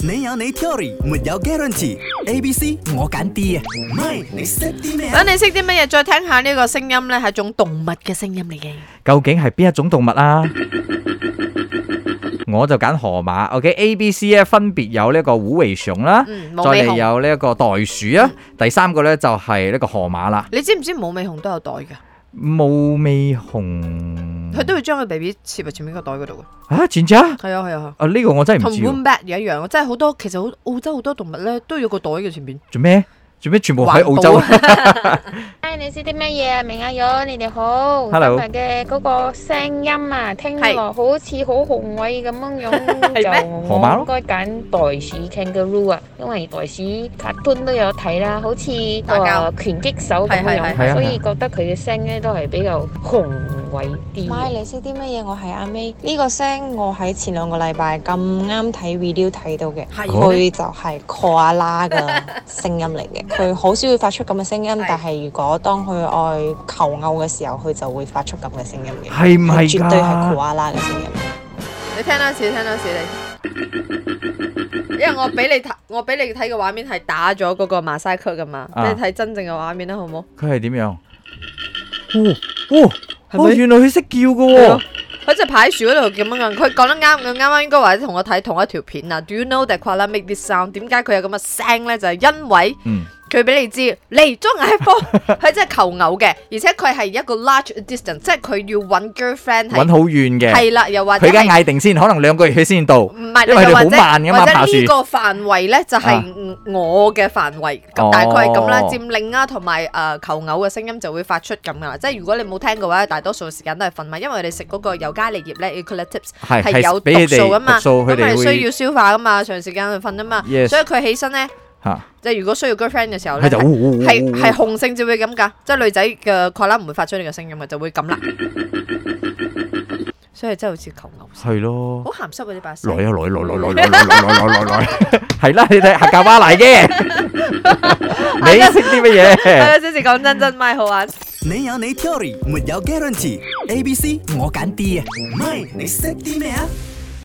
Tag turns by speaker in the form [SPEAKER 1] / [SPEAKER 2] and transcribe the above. [SPEAKER 1] 你有你 theory，沒有 guarantee。A、B、C 我揀 D 啊，唔係你識啲咩啊
[SPEAKER 2] 等你識啲乜嘢，再聽下呢個聲音咧，係一種動物嘅聲音嚟嘅。
[SPEAKER 3] 究竟係邊一種動 物啊？我就揀河馬。OK，A、B、C 咧分別有呢個虎尾熊啦，
[SPEAKER 2] 嗯，
[SPEAKER 3] 再
[SPEAKER 2] 冇尾
[SPEAKER 3] 嚟
[SPEAKER 2] 熊。
[SPEAKER 3] 有呢一個袋鼠啊，第三個咧就係呢個河 馬啦。
[SPEAKER 2] 你知唔知冇尾熊都有袋㗎？
[SPEAKER 3] 冇尾熊
[SPEAKER 2] 佢都會將佢 B B 切入前面個袋嗰度
[SPEAKER 3] 啊，全家
[SPEAKER 2] 嗯嘅。係啊係啊係啊，
[SPEAKER 3] 啊呢個我真係
[SPEAKER 2] 同
[SPEAKER 3] 唔知
[SPEAKER 2] w o m
[SPEAKER 3] 喎，
[SPEAKER 2] b a t 一樣，即係好多其實好澳洲好多動物咧都有個袋嘅前邊。
[SPEAKER 3] 做咩做咩全部喺澳洲
[SPEAKER 2] 環保
[SPEAKER 4] 嗨，你識啲乜嘢啊？明阿友，你哋好。
[SPEAKER 3] Hello
[SPEAKER 4] 今日嘅嗰個聲音啊，聽落好似好宏偉咁樣樣，
[SPEAKER 2] 係咩
[SPEAKER 4] 就
[SPEAKER 3] 河馬
[SPEAKER 4] 我
[SPEAKER 3] 咯
[SPEAKER 4] 應該揀袋鼠 kangaroo 啊，因為袋鼠 cartoon 都有睇啦，好似
[SPEAKER 2] 打交
[SPEAKER 4] 誒拳擊手咁
[SPEAKER 2] 係係
[SPEAKER 4] 樣
[SPEAKER 3] 係
[SPEAKER 4] 樣，所以覺得佢嘅聲咧都係比較宏偉啲。
[SPEAKER 5] 咪你識啲乜嘢？我係阿 May，呢個聲我喺前兩個禮拜咁啱睇 video 睇到嘅，
[SPEAKER 3] 啊
[SPEAKER 2] 係
[SPEAKER 5] 佢就係 koala 嘅聲音嚟嘅。佢好少會發出咁嘅聲音
[SPEAKER 2] 係，
[SPEAKER 5] 但係如果當佢愛求偶嘅時候，佢就會發出咁嘅聲音 嘅。
[SPEAKER 3] 係唔係
[SPEAKER 5] 絕對係
[SPEAKER 3] 㗎？
[SPEAKER 5] koala 嘅聲音。
[SPEAKER 2] 你聽多次，聽多次你。因為我俾你睇，我俾你睇嘅畫面係打咗嗰個馬賽克噶嘛，
[SPEAKER 3] 啊
[SPEAKER 2] 你睇真正嘅畫面啦，好冇？
[SPEAKER 3] 佢係點樣？
[SPEAKER 2] 係
[SPEAKER 3] 哦
[SPEAKER 2] 咪
[SPEAKER 3] 哦，哦原來佢識叫㗎
[SPEAKER 2] 係
[SPEAKER 3] 喎
[SPEAKER 2] 咯。佢只牌樹嗰度咁樣樣，佢講得啱，佢啱啱應該話同我睇同一條片啊。Do you know that koala make this sound？點解佢有咁嘅聲咧？就係、因為
[SPEAKER 3] 嗯，
[SPEAKER 2] 佢俾你知嚟咗嗌波， 佢真係求偶嘅，而且佢係一個 large distance，即係佢要揾 girlfriend
[SPEAKER 3] 揾
[SPEAKER 2] 係
[SPEAKER 3] 好遠嘅，
[SPEAKER 2] 係啦，又或者
[SPEAKER 3] 佢而家
[SPEAKER 2] 係
[SPEAKER 3] 嗌定先，可能兩個月佢先到。
[SPEAKER 2] 唔係，
[SPEAKER 3] 因為
[SPEAKER 2] 又或
[SPEAKER 3] 你好
[SPEAKER 2] 者
[SPEAKER 3] 慢㗎嘛
[SPEAKER 2] 或者
[SPEAKER 3] 爬樹
[SPEAKER 2] 呢個範圍咧就係我嘅範圍，咁
[SPEAKER 3] 哦
[SPEAKER 2] 大概係咁啦。佔領啊，同埋誒求偶嘅聲音就會發出咁噶啦。即係如果你冇聽嘅話，大多數時間都係瞓埋，因為你食嗰個尤加利葉咧 e u c a l y p t u s
[SPEAKER 3] 係
[SPEAKER 2] 係有
[SPEAKER 3] 俾佢
[SPEAKER 2] 毒素
[SPEAKER 3] 哋
[SPEAKER 2] 啊嘛，
[SPEAKER 3] 毒素
[SPEAKER 2] 咁
[SPEAKER 3] 佢哋
[SPEAKER 2] 係需要
[SPEAKER 3] 會
[SPEAKER 2] 消化噶嘛，長時間去瞓啊嘛，
[SPEAKER 3] Yes
[SPEAKER 2] 所以佢起身咧，
[SPEAKER 3] 嚇，
[SPEAKER 2] 即係如果需要 girlfriend 嘅時候
[SPEAKER 3] 佢
[SPEAKER 2] 咧，
[SPEAKER 3] 就
[SPEAKER 2] 係係係
[SPEAKER 3] 係
[SPEAKER 2] 雄性至會咁噶，即係女仔嘅確啦唔會發出呢個聲音嘅，就會咁啦。所以真係好似求偶聲，
[SPEAKER 3] 係咯。
[SPEAKER 2] 好鹹濕啊！呢把
[SPEAKER 3] 來
[SPEAKER 2] 聲
[SPEAKER 3] 啊。來來來來 來來來來來來，係啦，你睇客家話嚟嘅， 你識啲乜
[SPEAKER 2] 係
[SPEAKER 3] 嘢？
[SPEAKER 2] 啦，即是講真真咪好玩。
[SPEAKER 1] 你有你 theory，沒有 guarantee。A、B、C 我揀 D 啊，唔係你識啲咩啊？